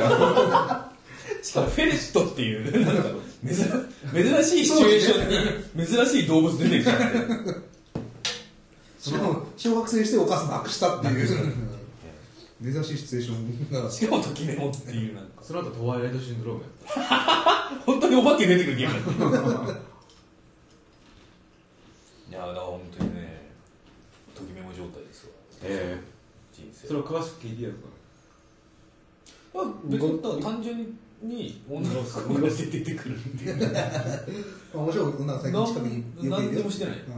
D: て
B: しかもフェレットっていうなんか珍珍しいシチュエーションに珍しい動物出てきちゃって
A: しかも小学生にしてお母さん亡くしたっていう珍しいシチュエーションだ
B: しかもときめもっていうなんか
D: その後トワイライトシンドロームやった
B: 本当にお化け出てくるゲームだったいやだから本当にねときめも状態ですわ
D: え
B: 人生
D: それを詳しく聞いてやったの
B: まあ、別にだから単純に女の子が出てくるっていう
A: 面白い女が最近近くによくい
B: 何
A: る
B: で
A: よ
B: もしてない、
A: うん
B: で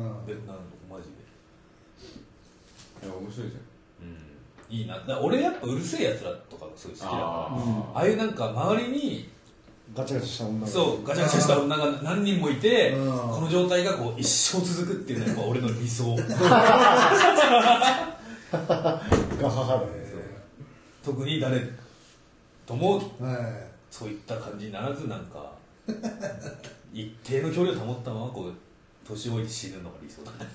B: なんかマジで、
D: いや面白いじ
B: うん、いいなだから俺やっぱうるせえやつらとかがすごい好き
D: ゃん
B: だからあ
D: あ
B: あいうなんか周りに
C: ガチャガチャした女の子
B: そうガチャガチャした女が何人もいて
A: うん
B: この状態がこう一生続くっていうのがやっぱ俺の理 想
C: ガハハだね
B: 特に誰とも
A: は
B: そういった感じにならずなんか 一定の距離を保ったままこう年老いて死ぬのが理想だな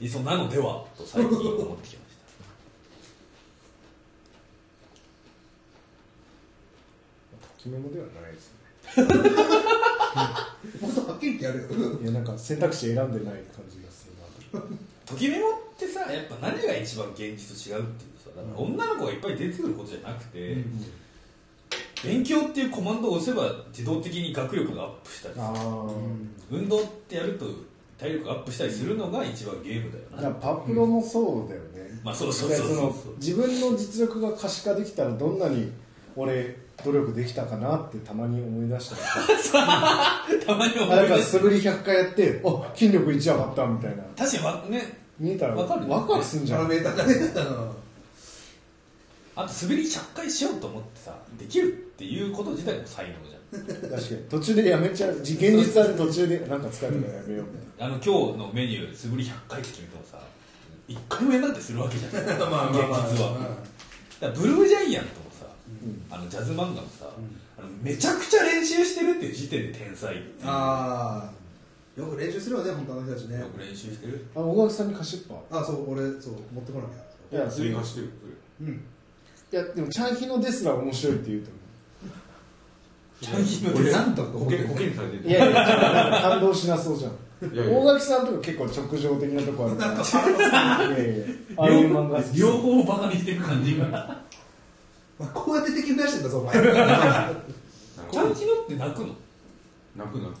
B: 理想なのではと最近思ってきました
C: ときめもではないです
A: いもっとはっきり言ってやるよ
C: ねいやなんか選択肢選んでない感じがするなと
B: ときめもってさやっぱ何が一番現実と違うっていうとさだから女の子がいっぱい出てくることじゃなくて、勉強っていうコマンドを押せば自動的に学力がアップしたり
C: あー
B: 運動ってやると体力がアップしたりするのが一番ゲームだ
C: だ
B: よ
C: から
B: な
C: パプロもそうだよね
B: まあそうそうそう
C: で
B: そう
C: の自分の実力が可視化できたらどんなに俺努力できたかなってたまに思い出した
B: たまに
C: あ
B: 思
C: なん
B: い
C: か
B: 出す
C: 素振り100回やってあ筋力1上がったみたいな
B: 確かにわね
C: 見えたら
B: わかる
C: ワクワクすんじゃん
A: メーターが出たの
B: あと滑り100回しようと思ってさできるっていうこと自体も才能じゃん
C: 確かに途中でやめちゃうじ現実は途中でなんか疲れたからやめようみたいな
B: あの今日のメニュー素振り100回って決めてもさ1回もやんなくてするわけじゃん まあ
A: まあ
B: 現実は、だからブルージャイアントもさ、
C: ん
B: あのジャズ漫画もさ、あのめちゃくちゃ練習してるっていう時点で天才っていう
A: ああよく練習するよね本当あの人たちね
B: よく練習してる
C: あ小川さんに菓子パン
A: あそう俺そう持ってこなきゃ
C: いやそ
D: 釣
C: れい
D: り貸してる
A: うん
C: やでもチャンヒのですら面白いって言うと思
B: チャンヒの
A: 俺
B: デ
A: なんと
D: こけこけにされてる
C: ういやいや違 う感動しなそうじゃん
D: いやいや
C: 大垣さんとか結構直情的なとこあるからいやいやああいう漫画好き
B: 両方をバカにしてる感じが
A: まあこうやって敵増やしてんだぞお前
B: チャンヒのって泣くの
D: 泣く泣く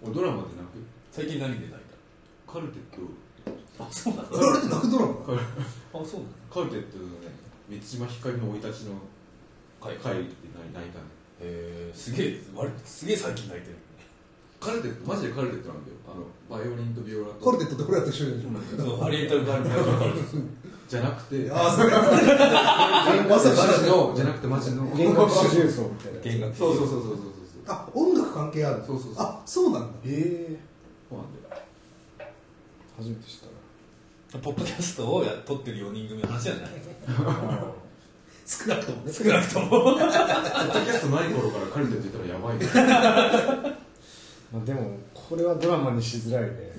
D: おドラマで泣く
B: 最近何で泣い
D: カルテット
B: たあそうなの
A: それって泣くドラマ
D: カル
B: あそうなの
D: カルテットのね満島ひかりの生い立ちの
B: かい
D: 会
B: へ
D: で泣いたね
B: えすげえ割すげえ最近泣いてる
D: カルテットマジでカルテットなんだよあのバイオリンとビオラと
A: コルテットって俺らと一緒でしょ
B: そうハリエットガールズ
D: じゃなくて
A: ああそれ まさ
D: マ
A: か
D: ジのじゃなくてマジの
C: 弦楽四重奏みたいな
B: 見学
D: そうそうそうそうそうそう
A: あ音楽関係ある
D: そうそうそう
A: あそうなんだ
C: ええ
D: そうなんだよ
C: 初めて知っ
B: ポッドキャストをや撮ってる4人組の話じゃない
C: たな
A: 少なくともね
B: 少なくとも
D: ポッドキャストない頃からカルテット言ったらやばいね
C: まあでもこれはドラマにしづらいね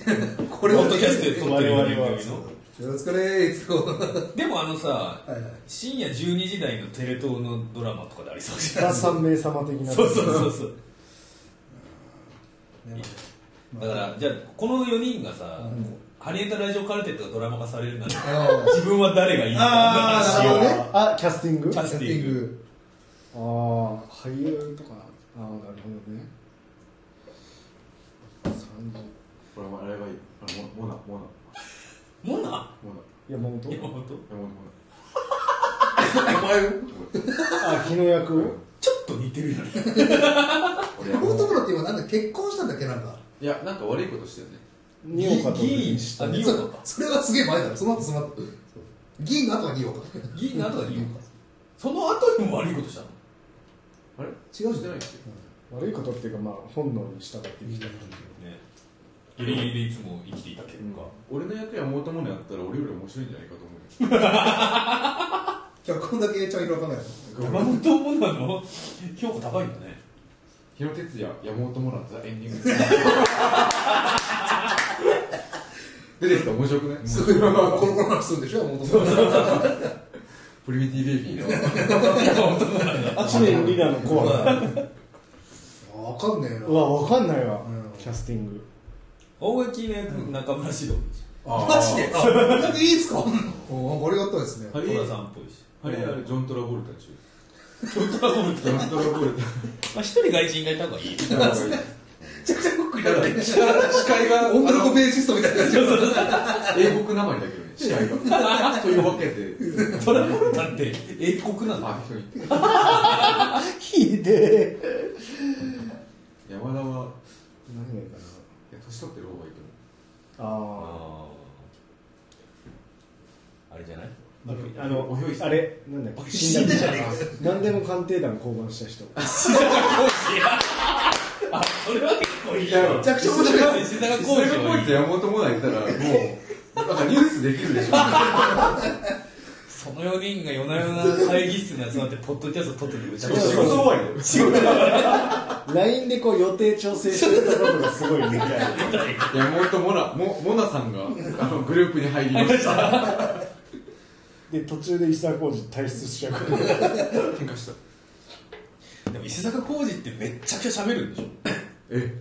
A: こ
B: ポ
A: れ
B: ッ
A: は
B: ドキャストで
A: ね
B: 撮ってる4人組
C: 我々
B: の
A: よろしくねーいつこう
B: でもあのさ
A: はいはい
B: 深夜12時台のテレ東のドラマとかでありそうじゃ
C: ザ三名様的
B: ん
C: な
B: そうそうそうそう
A: ねま
B: だ
A: あ
B: からじゃあこの4人がさ、
A: ん
B: ハリエットラジオカルテットがドラマ化されるなら
A: あの
B: 自分は誰がいいのかって
A: あ
B: 話
A: ーなるほどね
C: あキャスティング
B: キャ
C: あ
B: ス
A: セッ
B: テ
A: テ
B: ィ
A: ィ
B: ン
A: ン
B: グ
A: グ
C: あー俳優とかああなるほどね30
D: これはあれがいいあれモモナモナ
B: モナ
D: モナ
C: 山本
B: 山本
D: 山本モ
A: お前よ
D: ナ
C: あ日の役を
B: ちょっと似てるよね
D: 俺
A: 山
D: 山
A: 本
D: 本
A: プロって今なんだ結婚したんだっけなんか
D: いやなんか悪いことしてるね
C: 二岡と
B: 議員あ
C: あ
B: 二
A: そ
B: 岡
A: う
B: か
A: それはすげえ前だろその後その後議員の後は二岡違
B: 議員の後がいいのかその後にも悪いことしたの
D: あれ
A: う
D: し
A: してて
D: な
A: ないい
D: っけ
C: 悪いことっていうかまあ本能に従って生きてる
B: ねギリギリでいつも生きていた結果、
D: 俺の役やもうたものやったら俺より面白いんじゃないかと思うよ
A: 脚本だけちゃん広がない
B: 山本もなの評価高いんだね
D: 日野哲也山本モナザエンディング出てきたら面白くない
A: すごいコロコロ話するんでしょ山本プロ
D: プリミティベイビーの
C: あ知念里奈のコアラ
A: わかんねえな
C: うわわかんないわ
A: うん
C: キャスティング
B: 大垣の役中村獅童
A: マジであいいっすかおありがたいですね
D: ハリ
B: 寅さ
D: ー
B: んっぽいし
D: ハリーあれジョン・トラボルタ中
B: ちょっとは思うけ
D: ジ
B: どま
D: ョン・トラボルタ
B: あ一人外人がいた方がい い
D: だから視
A: めちゃくちゃ濃くなって
D: 界が
A: 音楽ベーシストみたいな感じで
D: 英国なまりだけどね視界がというわけで
B: トラボルタって英国なの
D: あ人言って
C: ひでえ
D: 山田は
C: 何がいいかない
D: や年取ってる方がいいと思う
C: ああ
B: あああれじゃない
C: あの
D: おひょいさん
C: あれなんだっけ
A: 死んだじゃね
C: 何でも鑑定団降板した人
B: あそれは結構いい
D: や
A: めちゃくちゃ面白いです
B: 石坂浩
D: それ
B: 二
D: が
B: は
D: ポ
B: い
D: イ
B: い
D: と山本もないったらもうなんかニュースできるでしょ
B: その4人が夜な夜な会議室に集まってポッドキャスト撮ってるめちゃくちゃ
D: 仕事終わりだよ
C: LINE でこう予定調整してるところがすごいみたいな
D: 山本モナモモナさんがあのグループに入りました
C: で途中で石沢浩二退出しちゃうから
D: 喧嘩した
B: でも石坂浩二ってめっちゃくちゃ喋るんでしょ
D: え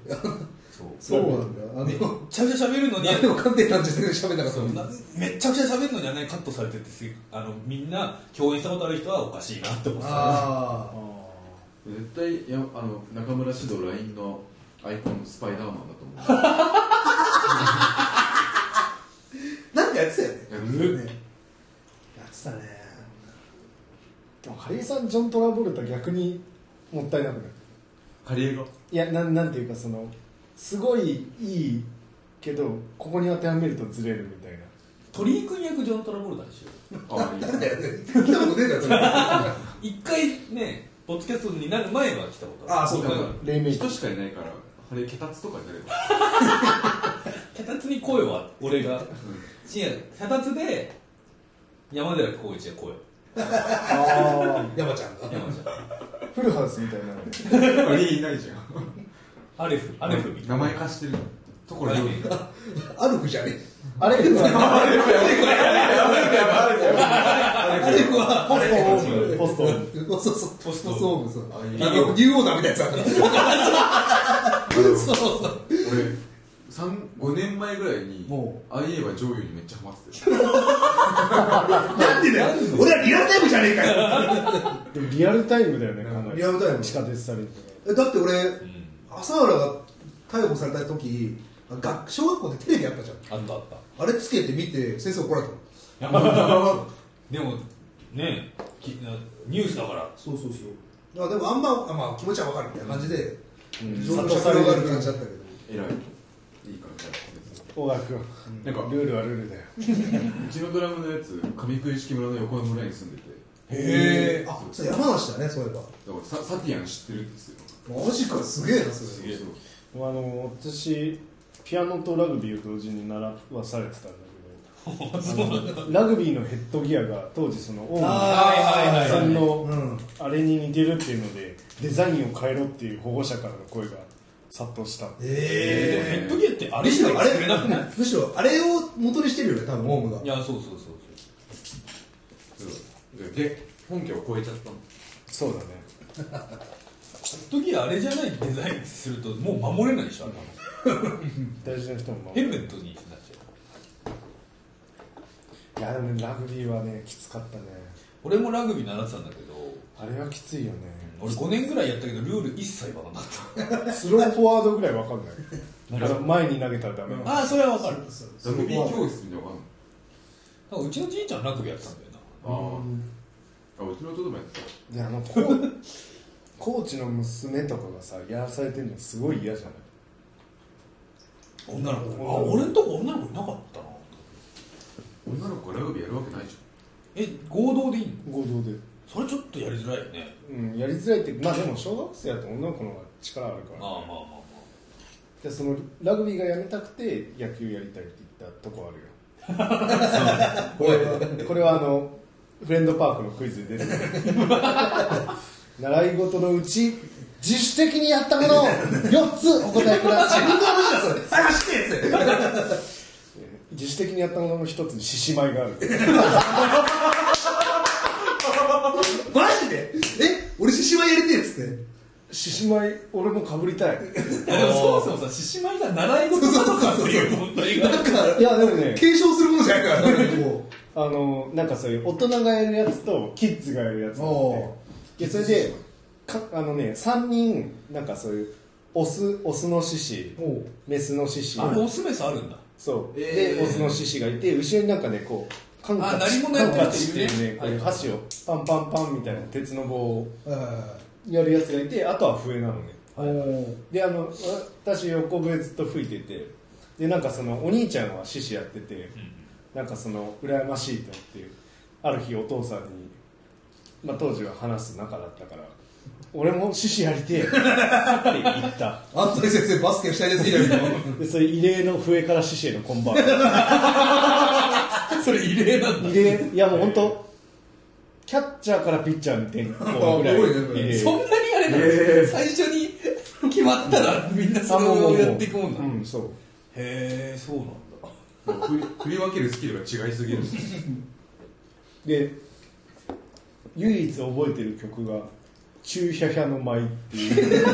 B: そう
A: そうなんだあの
B: めっちゃくちゃ喋るのに
A: 何でも鑑定なんて喋んなかった
B: そ
A: も
B: うんなめっちゃくちゃ喋るのにあんなにカットされててすげえあのみんな共演したことある人はおかしいなって思ってた
A: ああ
D: 絶対やあの中村獅童 LINE のアイコンスパイダーマンだと思う
A: なんかやってたよね
D: いや
A: やってたね
C: でもハリーさんジョン・トラボルタ逆にもったいなくなる
D: ハリエが
C: いやなんなんていうかそのすごいいいけどここに当てはめるとずれるみたいな
B: 鳥居君役ジョン・トラボルタでしょ
D: ああいい
A: だよね聞いたことねえだろそれあ
B: 一回ねポッドキャストになる前は来たことある
A: あそうか
C: 黎明期
D: 人しかいないからハリエ脚立とかになれば
B: 脚立に声は俺が深夜脚立で山寺宏一が声
C: あ
A: 山ちゃんが
B: 山ちゃん
C: あフルハウスみたいなので
D: ハリエいないじゃん
B: アレフアレフみたいな
D: 名前貸してるのところで
A: アルフじゃねえ
C: あれは
A: アルフは
C: ポストオーブポストオーブ
A: そうそうそうポストオーブそう
D: あ
A: あ
D: いいよ
A: のニューオーダーみたいなやつあるそうそうそう
D: 俺三5年前ぐらいに
A: も
D: IA は上優にめっちゃハマってたよ
A: なんでだよ俺はリアルタイムじゃねえかよ
C: でもリアルタイムだよねかなり
A: リアルタイム
C: 地下鉄されて
A: えだって俺、朝原が逮捕された時学小学校でテレビあったじゃん
B: あったあった
A: あれつけて見て先生怒られたの
B: でもねきニュースだから
A: そうそうそうあでもあんまあ、まあ、気持ちは分かるみたいな感じで情報
C: 諭され
A: がある
C: る
A: 感じだったけど
D: 偉いいい感じだった
C: 小川君
D: なんか
C: ルールはルールだよ
D: うちのドラムのやつ上食い式村の横の村に住んでて
A: へえあそう山梨だねそういえば
D: だからササティアン知ってるんですよ
A: マジかすげえなそ
D: す
A: れ
D: げえそう
C: あの私ピアノとラグビーを同時に習わされてたんだけどあのラグビーのヘッドギアが当時その大野
B: はいはいはい
C: さん
A: う
C: の
A: ん
C: あれに似てるっていうのでデザインを変えろっていう保護者からの声が殺到した
B: ヘ
A: え
B: ッドギアって
A: え
B: あれ
A: む
B: し
A: し
B: か
A: ろあれ
B: 作れなくない
A: むしろあれを元にしてるよね多分ホームが
B: いやそうそうそうそう
D: そうで本家を超えちゃったの
C: そうだね
B: ヘッドギアあれじゃないデザインするともう守れないでしょ頭
C: 大事な人もまあ
B: ヘルメットになっちゃう
C: いやでもラグビーはねきつかったね
B: 俺もラグビー習ってたんだけど
C: あれはきついよね
B: 俺5年ぐらいやったけどルール一切わかんなかっ
C: スローフォワードぐらいわかんない
B: なるほど
C: あの前に投げたらダメ
B: たああそれはわかる
A: そう
D: ラグビー教室みたいなのが
B: なんかうちのじいちゃんラグビーやってたんだよな
D: あんのああうちの弟もやってた
C: であのコー コーチの娘とかがさやらされてるのすごい嫌じゃない
B: 女の子あ俺んとこ女の子いなかったな
D: 女の子がラグビーやるわけないじ
B: え合同でいいの
C: 合同で、
B: それちょっとやりづらいよね
C: うん、やりづらいってまあでも小学生だと女の子の方が力あるか
B: まあまあ
C: ら
B: まあま
C: でそのラグビーがやめたくて野球やりたいって言ったとこあるよ これはこれはあのフレンドパークのクイズで出てくる 習い事のうち自主的にやったものを4つお答えください
A: 探してえっつって
C: 自主的にやったものの一つに獅子舞がある
A: マジでえ俺獅子舞やりてえっつって
C: 獅子舞俺もかぶりたい
B: あでもそもそもさ獅子舞が習い事なのかっていう問題が
A: なんか
C: いやでも ね
A: 継承するものじゃないからなんかこ
C: あのなんかそういう大人がやるやつとキッズがやるやつがあ
A: お
C: ってでそれでかあのね3人なんかそういうオスオスの獅子
A: うもう
C: メスの獅子
B: あれオスメスあるんだ
C: そう、
D: えー
C: でオスの獅子がいて後ろになんかねこうカンカ
B: あ
C: チ
B: 何者
C: カ
B: や
C: ン
B: ってる
C: カチ
B: 人
C: っ
B: い
C: て
B: るね
C: いうねこう箸をパンパンパンみたいな鉄の棒を
A: あ
C: やるやつがいてあとは笛なのね
A: あお
C: であの私横笛ずっと吹いててでなんかそのお兄ちゃんは獅子やってて、なんかその羨ましいと思ってある日お父さんに、まあ、当時は話す仲だったから「俺も獅子やりてえ」って言った
A: アントニー先生バスケしたいです以来の
C: でそれ異例の笛から獅子へのこんばんは
B: それ異例なんだ
C: 異例いやもう本当キャッチャーからピッチャーに転向ぐら い
A: あ多いねこれ
C: 異例
B: そんなにあれなの、最初に決まったらみんなそれ
C: あもうもう
B: を
C: もう
B: やっていくもんだ、
C: うんそう
B: へえそうなんだ
D: ゃんもう振り振り分けるスキルが違いすぎる
C: で唯一覚えてる曲が「チューヒャヒャの舞」っていう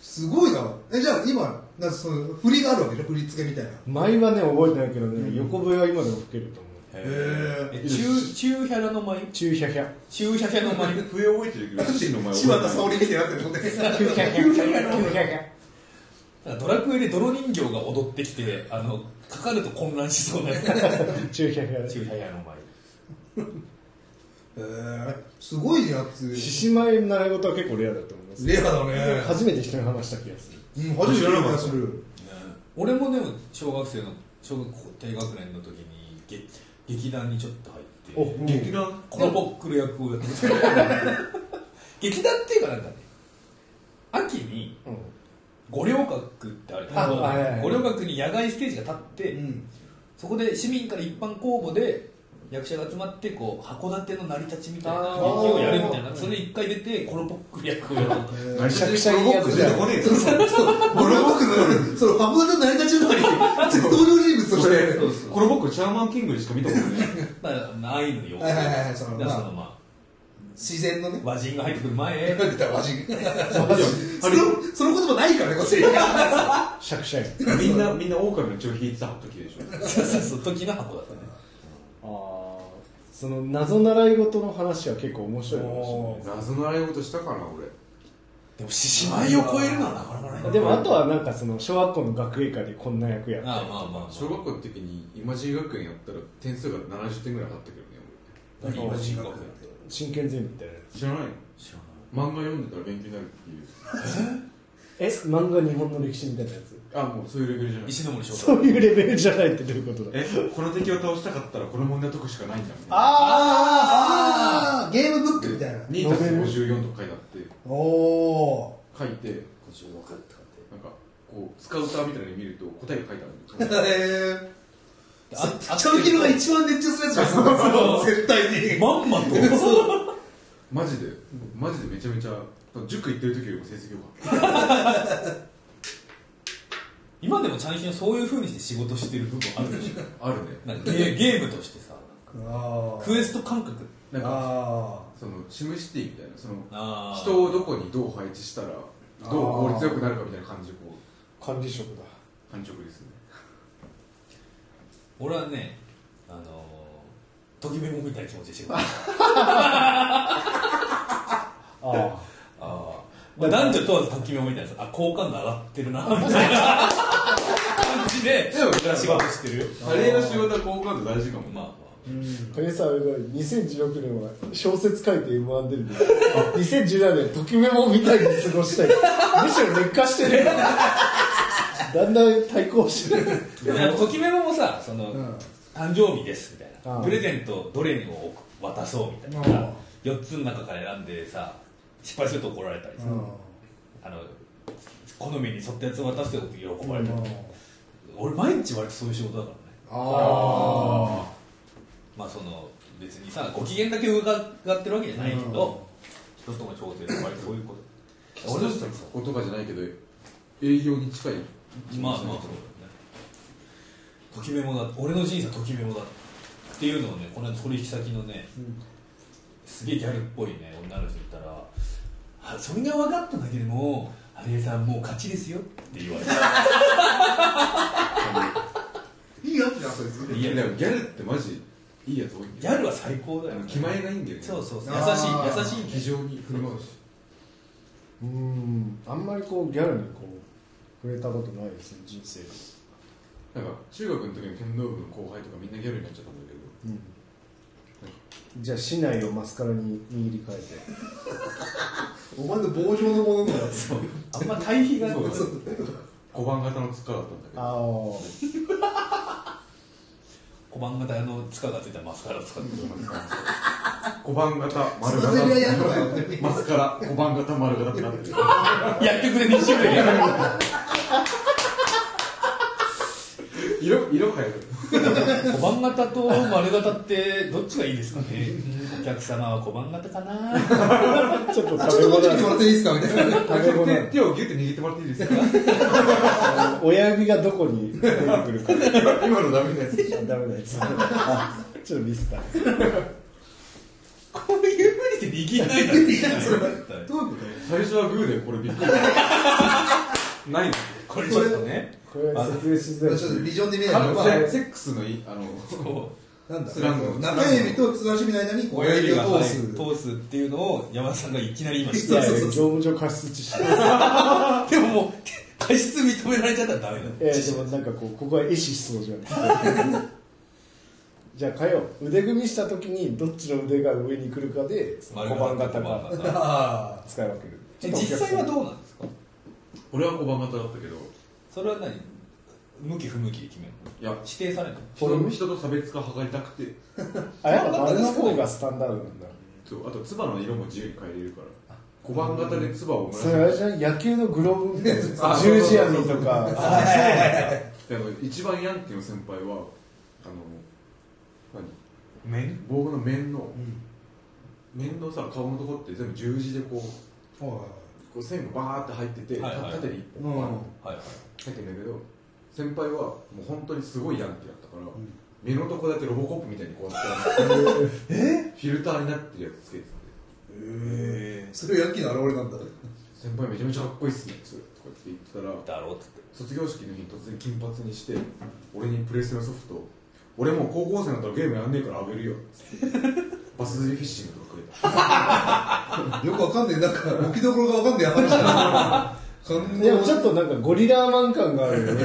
A: すごいなえじゃあ今なんかその振りがあるわけで振り付けみたいなへ
C: 舞はね覚えてないけどね、横笛は今でも吹けると思う
A: え
B: え中中ヒャラの舞
C: チューヒャヒャ
B: 中ヒャヒャの舞
D: 笛覚えてるけど自身の前
A: 柴田沙
D: 覚
A: 織みたいになってるので
C: チューヒャヒャチューヒャヒ ャ
B: ドラクエで泥人形が踊ってきてあのかかると混乱しそうなやつ
C: チューヒャヒャ
B: 中ヒャヒャの舞
A: へえすごいやつ
C: 獅子舞の習い事は結構レアだと思います
A: レアだね
C: 初めて人に話した気がする
A: うん初めて聞いた気がする
B: 俺もでも小学生の小学校低学年の時に劇劇団にちょっと入って
C: おうん
D: 劇団
B: コロボックル役をやってた劇団っていうかなんかね秋に
C: うん
B: 五稜郭ってあるけど
C: あはいはいはい
B: 五稜郭に野外ステージが立って、
A: うん
B: そこで市民から一般公募で役者が集まってこう函館の成り立ちみたいな
C: あ
B: 劇
C: ー
B: をやるみたいなそれ一回出てコロボックル役を やる
C: めちゃくちゃいいやつだよ
D: ボロボック出て
A: そうそうそう俺は僕のその函館の成り立ちの中に登 場人物として
D: こねえぞこの僕チャーマンキングにしか見たことない
B: だからないのよ
A: はいはいはいはいその
B: だからそ
A: ま
B: のま
A: 自然のね
B: あ和人が入ってくる前へ
A: 出たわし
D: あ
A: そのその言葉ないからねこっちに
C: シャクシャク
D: れみんなみんな狼の血を引いてた時でしょ
B: そうそうそう時の箱だったね
C: ああその謎習い事の話は結構面白いかもしれないです
D: 謎の習い事したかな俺
B: でも獅子舞を超えるのはなかなかない
C: でもあとはなんかその小学校の学芸会でこんな役やっ
B: ああまあまあまあ
D: 小学校の時に今治学園やったら点数が70点ぐらいあったけどね
B: 何
C: 今
B: 人学
C: 真剣ゼミみたいな
D: 俺知らないの
B: 知らない
D: 漫画読んでたら勉強になるっていう
C: え漫画日本の歴史みたいなやつ
D: あもうそういうレベルじゃない
B: 石ノ森章
C: そ
B: 太
C: ういうレベルじゃないってどういうことだ
D: えこの敵を倒したかったらこの問題解くしかないんだみたいな
A: あーあーゲームブックみたいな
D: 2たす54とか書いてあって
A: おお
D: 書いてなんかこうスカウターみたいに見ると答えが書いてあるん
A: へ
D: だよ
A: え
B: ああ
A: 北のが一番熱中するやつだよ絶対に
B: まんまとそう
D: マジでマジでめちゃめちゃ塾行ってる時よりも成績良かった
B: 今でもチャンヒンはそういうふうにして仕事してる部分あるでしょ
D: あるね
B: なんかゲーゲームとしてさ
A: あー
B: クエスト感覚
D: なんか
A: あ
D: そのシムシティみたいなその
B: あー
D: 人をどこにどう配置したらどう効率よくなるかみたいな感じでこう
C: 管理職だ
D: 感触ですね
B: 俺はねあのー、ときメモみたいな気持ちで仕事してる
C: ああ
B: あーまあ男女問わずときメモみたいなさあ好感度上がってるなみたいな感じで
D: でも
B: 仕事してるよ
D: カレーの仕事は好感度大事かも
B: まあま
A: ーうん
C: これさ2016年は小説書いて M−1 出るんだよ2017年ときめもみたいに過ごしたいむしろ劣化してるだんだん対抗してる
B: あでもなんかときメモもさその、
A: うん
B: 誕生日ですみたい
C: あ
B: な
C: あ
B: プレゼントをどれにも渡そうみたいな
A: ああ
B: 4つの中から選んでさ失敗すると怒られたりさ、あの好みに沿ったやつを渡して喜ばれたり、俺毎日割とそういう仕事だからね
A: あ
B: まあその別にさご機嫌だけ伺ってるわけじゃないけど、人との調整とか割とそういうこと俺としてもさ
D: 音がじゃないけど営業に近い
B: まあまあそうだよねときめもだ俺の人生はときめもだっていうのをねこの間取引先のね、すげえギャルっぽいね女の人言ったらあそれが分かっただけでもハリエさんもう勝ちですよって言われた
A: ーいいやつじゃんそれ
B: いや
D: でもギャルってマジいいやつ多いん
B: ギ
D: だよ
B: ャルは最高だよ、ね、
D: 気前がいいんだよね
B: そうそうそう優
A: あー
B: しい優しいんだよ
D: 非常に振る舞うし
C: うーんあんまりこうギャルにこう触れたことないですね人生で、
D: なんか中学の時の剣道部の後輩とかみんなギャルになっちゃったんだけど
C: じゃあ市内をマスカラに握り替えて
A: お前の棒状のものだよ
B: あんま対比がない
D: そう小判型の塚だったんだけど
C: あ
B: 小判型のつかがついたマスカラを使って
D: 小判型丸
A: それはやるわよ
D: 型マスカラ小判型丸型ってなってる
B: 薬局で2種類
D: 色色変える
B: 小判型と丸型ってどっちがいいですかねお客様は小判型かな
C: あちょっと
A: ちょ
C: 食
A: っ
C: べ
A: とこっ
C: 物
A: ち見てもらっていいですかみたいな
C: 食べ物
D: 手手をギュッて握ってもらっていいですか
C: 親指がどこに出てくるか
D: 今のダメなやつ
C: あダメなやつあちょっとミスった
B: こういうふうにして握んないだろ
A: どういうこと
D: 最初はグーでこれびっくりないの
B: これちょっとね
C: これは説明しづらい
A: ちょっとビジョンで見えない
D: あ
A: けどま
D: の
A: あ
D: セセックスのいあの
B: こ
A: なんだ
D: スラング
A: 中指と人差し指の間に
B: う
A: こう親指を通す
B: はい通すっていうのを山田さんがいきなり今し
C: いや
B: た
C: いや
A: そうそう
C: 業務上過失致死です
B: でももう過失認められちゃったらダメだ
C: いやでもなんかこうここは意思思想じゃんじゃあ変えよう腕組みした時にどっちの腕が上に来るかで小判型か
A: あ
C: 使い分ける
E: え実際はどうなんですか
D: 俺は小判型だったけど
E: それは何向き不向きで決めるの
D: いや
E: 指定されるの
D: 人の人と差別化を図りたくて
C: あやっぱ丸の方がスタンダードなんだ
D: そうあと唾の色も自由に変えれるから小判型で唾を
C: それあれじゃん野球のグローブみたいな十字網とか
D: でも一番ヤンキーの先輩はあの何
B: 面
D: 防具の面の
A: ん
D: 面のさ顔のとこって全部十字でこう
A: あはい
D: こう線がバーって入ってて、
E: はいはい
D: た縦に一
A: うん
D: 本バーン
E: はいはい
D: 入ってるんだけど先輩はもう本当にすごいヤンキーだったから、
A: ん
D: 目のとこだけロボコップみたいにこうやって フィルターになってるやつつけてたんで
A: えそれヤンキーの表れなんだ
D: 先輩めちゃめちゃかっこいいっすねそれとかって言ってたら
E: だろうっつって
D: 卒業式の日に突然金髪にして俺にプレステのソフト俺もう高校生になったらゲームやんねえからあげ るよバス釣りフィッシングとかくれた
A: よくわかんねえなんか置きどころがわかんねえ話だ感
C: でも
A: 動
C: ちょっとなんかゴリラーマン感があるよね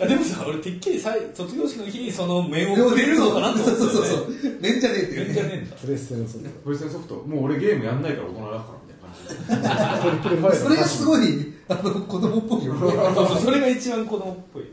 E: あでもさ俺てっきりさい卒業式の日にその面を
A: そう
E: くれるのかなと思ってた
A: そう
E: よね
A: そうそう面じゃねえって
E: 面
A: いう
E: じゃ
A: ね
E: ねえんだ
C: プレステのソフ
D: プレステのソフトもう俺ゲームやんないから大人だからみたいな感じで
C: トトリプルファイル
A: それがすごいあの子供っぽいよね
E: そうそうそれが一番子供っぽいね